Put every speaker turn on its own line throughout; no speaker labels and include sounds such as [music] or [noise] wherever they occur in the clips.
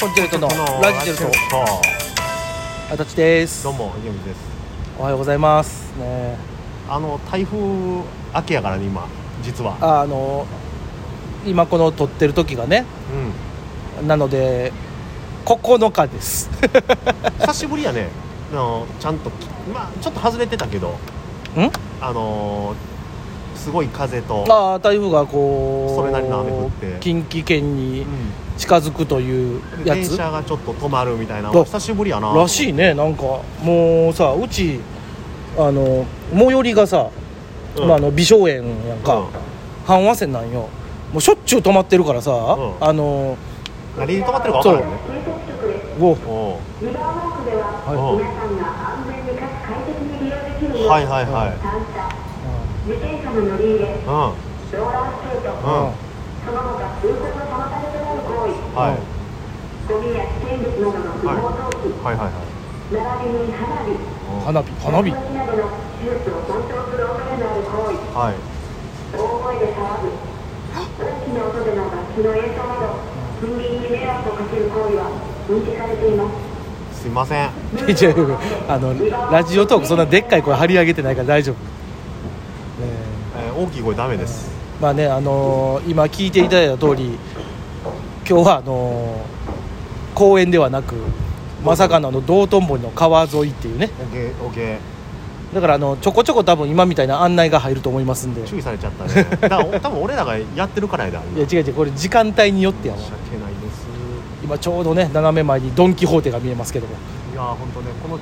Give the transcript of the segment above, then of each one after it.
コンチェルトのラジチェルトあたちです
どうもゆみです
おはようございますね
あの台風明けやからね今実は
ああの今この撮ってる時がね
う
なので9日です
[laughs] ん久しぶりやね [laughs] あのちゃんときまあちょっと外れてたけど
ん
あのーすごい風と
ああ台風がこう
それなりの雨降って
近畿圏に
うん
近づくという
で
や
電
つ
車がちょっと止まるみたいな
ど
久しぶりやな
らしいねなんかもうさうちあの最寄りがさ、
うん
まあ、あの美少園やんか、
うん
阪和線なんよもうしょっちゅう止まってるからさ、
ん
あの
何に止まってるか分からんね
ご
おう
湯川マークでは
おう
皆さんが安全にかつ快適に利用できるよう
はいはいはい
三車自転車の乗り入
う
れローラースケー
んうん
トその他通行の妨げとなる行為
はい
ゴミや危険物などの不法投棄
はいはいはい
並びに花火
花火花火
火などの手術を尊重する恐れのある行為
はい
大声で騒ぐ大きな音での楽器の演奏など人間に迷惑をかける行為は認識されています
すいません
[laughs] いやいやいやあのラジオトークそんなでっかい声張り上げてないから大丈夫、ね
えー大きい声ダメです
えまあねあのー今聞いていただいた通り今日はあのー公園ではなくまさかのあの道頓堀の川沿いっていうね
OKOK
だからあのちょこちょこ多分今みたいな案内が入ると思いますんでい
注意されちゃったね
[laughs]
だから多分俺らがやってるからやだ
や違う違うこれ時間帯によってやわ
申し訳ないです
今ちょうどね斜め前にドン・キホーテが見えますけども
いやー本当ねこの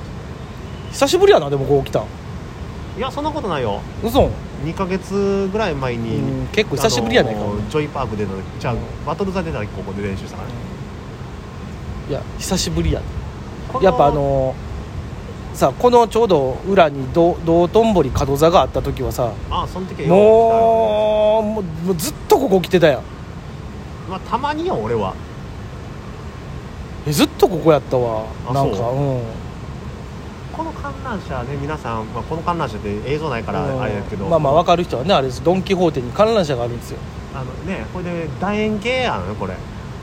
久しぶりやなでもこう来たん
いやそんなことないよ
嘘
2ヶ月ぐらい前に、
うん結構久しぶりやないか
あのージョイパーク出た時じゃあバトル座出た時ここで練習したから、ね
いや久しぶりや
こ
やっぱあのーさこのちょうど裏にど道頓堀角座があった時はさ
あその時はよ
もうもうもうずっとここ来てたやん
う来たよまあ、たまによ俺は
えずっとここやったわ
あ
なんか
そううんこの観覧車ね皆さん、まあ、この観覧車って映像ないからあれだけど、
まあまあ分かる人はねあれですドン・キホーテに観覧車があるんですよ
あのねこれで楕円形やのよこれ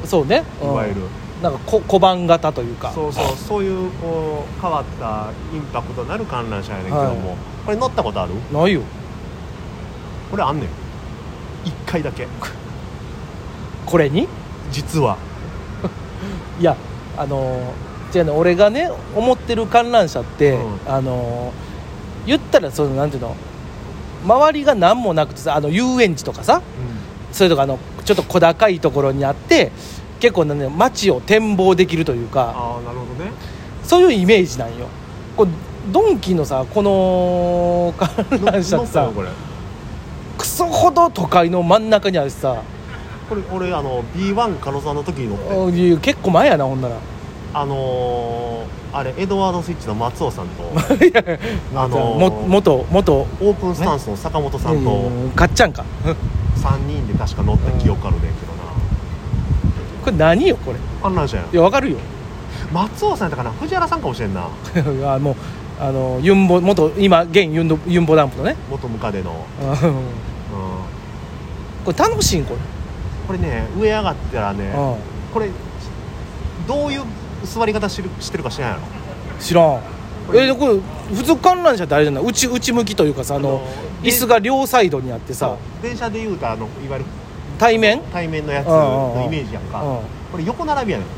そうね、
い
うん
わゆる、
なんかこ小判型というか
そうそうそういうこう変わったインパクトのある観覧車やねんけども、
はい
これ乗ったことある
ないよ
これあんねん1回だけ [laughs]
これに
実はい
やあのー違うね俺がね思ってる観覧車って、
う
あのー言ったらそのなんていうの周りが何もなくてさあの遊園地とかさそれとかあのちょっと小高いところにあって結構なんだよ街を展望できるというか
ああなるほ
[laughs]
どね
そういうイメージなんよこうドンキのさこの観覧車
乗
って
った
さ
よこれ
クソほど都会の真ん中にあるしさ
これ俺あの B1 カロさんの時に乗って
おいや結構前やなほんなら
あのー、あれエドワード・スイッチの松尾さんと
[laughs] いや
あのー
も元元
オープンスタンスの坂本さんと
うんかっちゃんか
3人で確か乗った記憶あるねんけどな
これ何よこれ
観覧車やん
いやわかるよ
松尾さんやったかな藤原さんかもしれんない
やもう [laughs] あのユンボ元今現ユンドユンボダンプのね
元ムカデの、
うん
う
これ楽しいんこれ、
ん、これね上上がったらね
う
これどういう座り方してるしてるか知らんやろ
ん、知らん
これ
えでこれ普通観覧車ってあれじゃない内内向きというかさあの
あの
椅子が両サイドにあって
さ
さ
電車でいうとあのいわゆる
対面
対面のやつのイメージやんか
うん
これ横並びやねん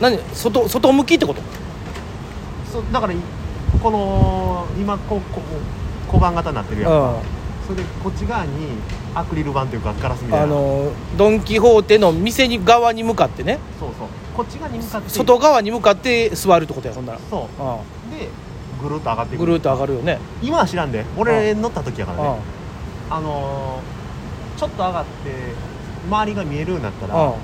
何外外向きってこと
そうだからいこの今こうこう小判型になってるやんか、それでこっち側にアクリル板というかガラスみ
うん、
たいな
あのドン・キホーテの店に側に向かってね
そうそうこっち側に向かって
外側に向かって座るってことやほんなら、
そううでぐるっと上がって
ん、
く
ぐ
る
るっと上がるよね、
今は知らんで俺乗った時やか
う
ら
ん、
ねあのーちょっと上がって周りが見えるようになったら、
うん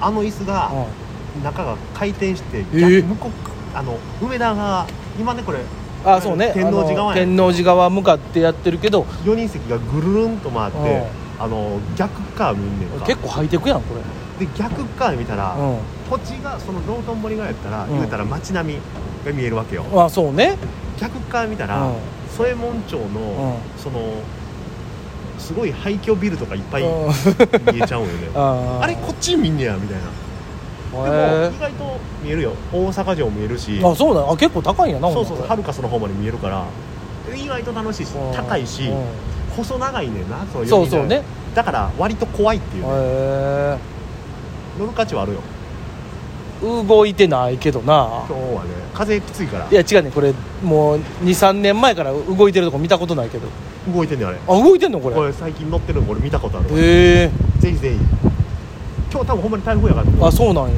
あの椅子が
うん
中が回転して、
えー
逆向こうあの梅田が今ねこれ
あそうね
天王寺側
あの
や
天王寺側向かってやってるけど
4人席がぐるるんと回って、
うん
あの逆カー見んねんか
結構ハイテクやんこれ、
で逆側見たら、
う
こっちがその道頓堀側やったら、
うん
言うたら街並みが見えるわけよ
ん、あそうね、
逆側見た
う
ら、
ん
添右衛門町の、そのすごい廃墟ビルとかいっぱ
[laughs]
い
うん
見えちゃうんよね
あー
あれこっち見んねやみたいなでも
へえ
意外と見えるよ大阪城見えるし
あそうなんあ結構高いんやな
そうそう
ほん
は
なら
るかその方まで見えるから意外と楽しいし
うん
高いし
うん
細長いねんなそういう
そうそうね
だから割と怖いっていう、ね、
へ
乗る価値はあるよ
え動いてないけどな
今日はね風きついから
いや違うねこれもう23年前から動いてるとこ見たことないけど
動いてんねんあれ
あ動いてんのこれ
これ最近乗ってるの俺見たことあるわ
へえ
ぜひぜひ今日多分ほんまに台風やから
あそうなんや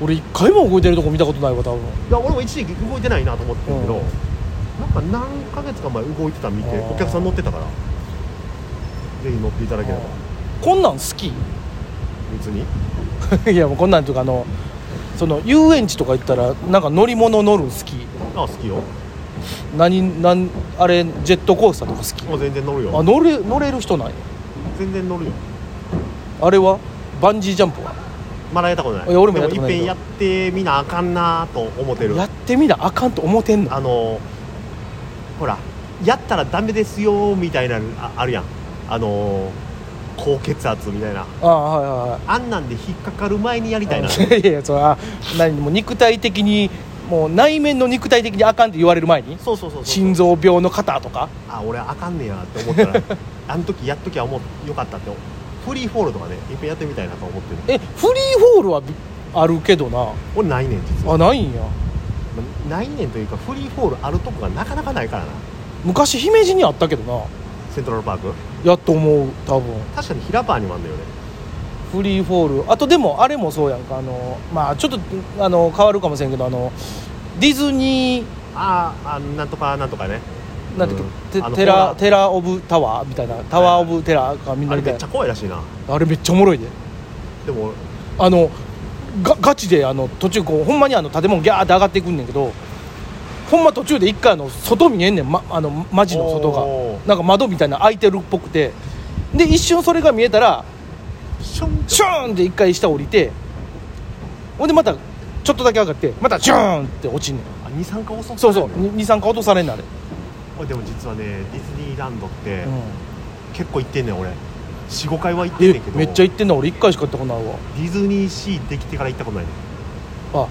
俺一回も動いてるとこ見たことないわ多分
いや俺も一時期動いてないなと思ってるけど、
うん
なんか何ヶ月か前動いてたの見て
あー
お客さん乗ってたからぜひ乗っていただければ
こんなん好き [laughs]
別に
いやもうこんなんというかあのその遊園地とか行ったらなんか乗り物乗るん好き
あ好きよ
何なんあれジェットコースターとか好
もう全然乗る
きあ
よ
乗れ乗れる人ない
全然乗るよ
あれはバンジージャンプは
まだやったことない
いや俺もやった
で
こと
も
ない
いっぺんやってみなあかんなと思ってる
やってみなあかんと思ってんの
あのほらやったらダメですよみたいなのああるやんあの高血圧みたいな
ああはいはいはい
あんなんで引っかかる前にやりたい
[laughs]
な
いやいやそれは何もう肉体的にもう内面の肉体的にあかんって言われる前に
そうそうそうそう
心臓病の方とか
あ俺あかんねやって
[laughs]
思ったらあの時やっときゃもうよかったってフリーフォールとかねいっぺんやってみたいなと思ってる
えフリーフォールはびあるけどな
俺ないねん実は
あないんや
まないねんというかフリーフォールあるとこがなかなかないからな
昔姫路にあったけどな
セントラルパーク
やっと思う多分
確かに平パーにもあんだよね
フリーフォールあとでもあれもそうやんかあのまあちょっとあの変わるかもしれんけどあのディズニー
あーあなんとかなんとかね
なんだっけ、
うんあの
テテ
ほ
ラ
ら
テラオブタワーみたいなタワーオブテラーかみん
あ
な
れ
みた
め
い
っち
な
ゃ怖いらしいな
あれめっちゃおもろいで
でも
あのがガチであの途中こうほんまにあの建物ギャーって上がっていくんねんけどほんま途中で一回あの外見えんねん、ま、あのマジの外
お
が
ー
なんか窓みたいな開いてるっぽくてで一瞬それが見えたら
シュン
シューンって一回下降りてほんでまたちょっとだけ上がってまたシューンって落ちんねん
あ二酸化遅く
そうそう23回落とされんねんあれ、
でも実はねディズニーランドって
うん
結構行ってんねん俺45回は行ってん
え
ねんけど
めっちゃ
デ
行ってんな俺一回しか行ったことないわ
ィズニーシーできてから行ったことないねん
あ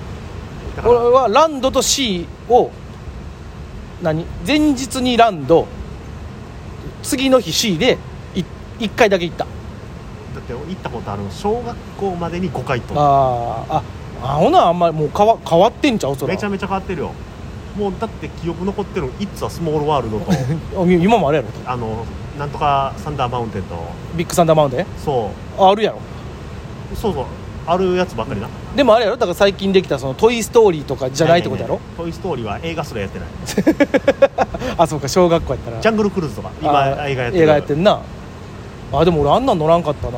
だから
俺はランドと C を何前日にランド次の日 C で1回だけ行った
だって行ったことあるの小学校までに5回と
あーああほなあんまりもう変わ変わってんちゃうそれ
めちゃめちゃ変わってるよもうだって記憶残ってる「イッツ・はスモール・ワールドと」
今もあれやろ
あのなんとかサンダー・マウンテンと
ビッグサンダーマウンテン
そ
ああるやろ
うそうそうあるやつばっかりな
でもあれやろだから最近できたその「トイ・ストーリー」とかじゃないってことやろ、
「トイ・ストーリー」は映画すらやってない「
あそうか小学校やったら
ジャングル・クルーズ」とか今
あー
映画やってる
映画やってんなあでも俺あんなん乗らんかったな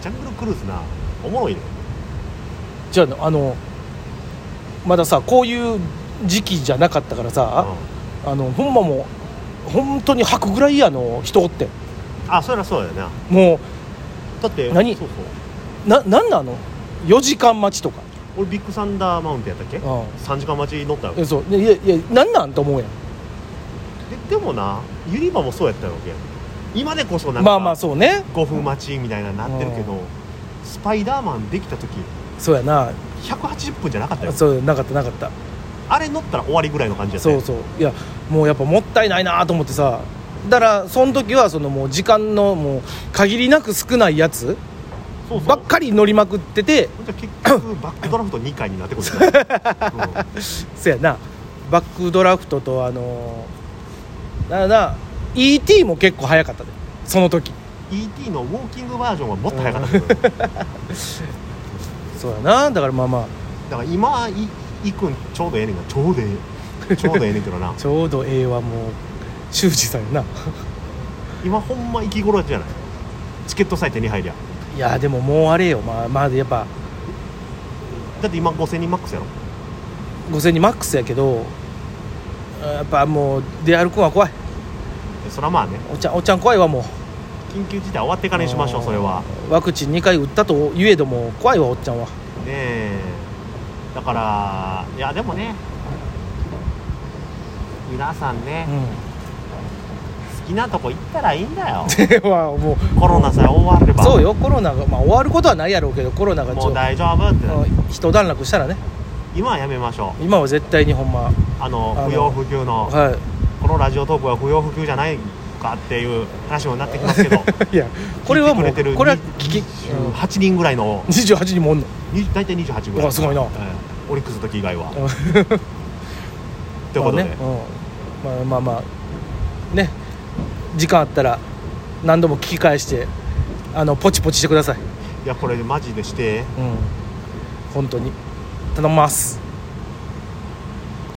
ジャングル・クルーズなおもろいね
じゃああのまださこういう時期じゃなかったからさ、
う
あのほんまもう本当に吐くぐらいあの人おって
んあそれはそうだよな
も
だって
何
そうそう
うななんなんあの4時間待ちとか、
俺ビッグサンダー・マウンテンやったっけ
うん
3時間待ち乗ったよ
え
で
そうでいやいやなんなんと思うやん
でもなユニバもそうやったわけ今でこそなんか
まあまあそうね
5分待ちみたいななってるけど、
うん
スパイダーマンできた時
そうやな
180分じゃなかったよ
そうなかったなかった
あれ乗ったら終わりぐらいの感じやった
そ
よ
うそういやもうやっぱもったいないなと思ってさだからその時はそのもう時間のもう限りなく少ないやつ
そうそう
ばっかり乗りまくってて
じゃあ結局バックドラフト2回になってくるじゃ
[laughs]
ない、うん
そやなバックドラフトとあのー、なんやな ET も結構早かったでその時
ET のウォーキングバージョンはもっと早かったけどだか
そうやなだからまあまあ
ら今いいくんちょうどええねんがちょうどええちょうどええねんけど
[laughs]
な
ちょうど A はもう修士さんやな [laughs]
今ほんま生き頃じゃないチケットさえ手に入りゃ
いやでももうあれよまあまあやっぱ
だって今5000人マックスやろ
5000にマックスやけどやっぱもう出歩くんは怖い
えそらまあね
おっちゃんおっちゃん怖いわもう
緊急事態終わってからにしましょうそれは
ワクチン2回打ったといえども怖いわおっちゃんは
ねえだからいやでもね皆さんね
う、ん
ス好きなとこ行ったらいいんだよ [laughs]
で [laughs] はもう
コロナさえ終われば
そうよコロナが、まあ、終わることはないやろうけどコロナが
もう大丈夫って
一段落したらね
今はやめましょ
今は絶対にほんま
うあの
あの
不要不急の
は
このラジオトークは不要不急じゃないかっていう話もなってきますけ
[laughs]
ど
いいやこれはもう
聞いてくれてる
これは聞き、うん
8人ぐらいの
28人もおんの
に大体28ぐら
あ
い
すごいな
ええオリックスの時以外は
うん
ということで、
まあねうん、まあまあまあね時間あったら何度も聞き返してあのポチポチしてください、
いやこれマジでし
う
て
ん、本当に頼みます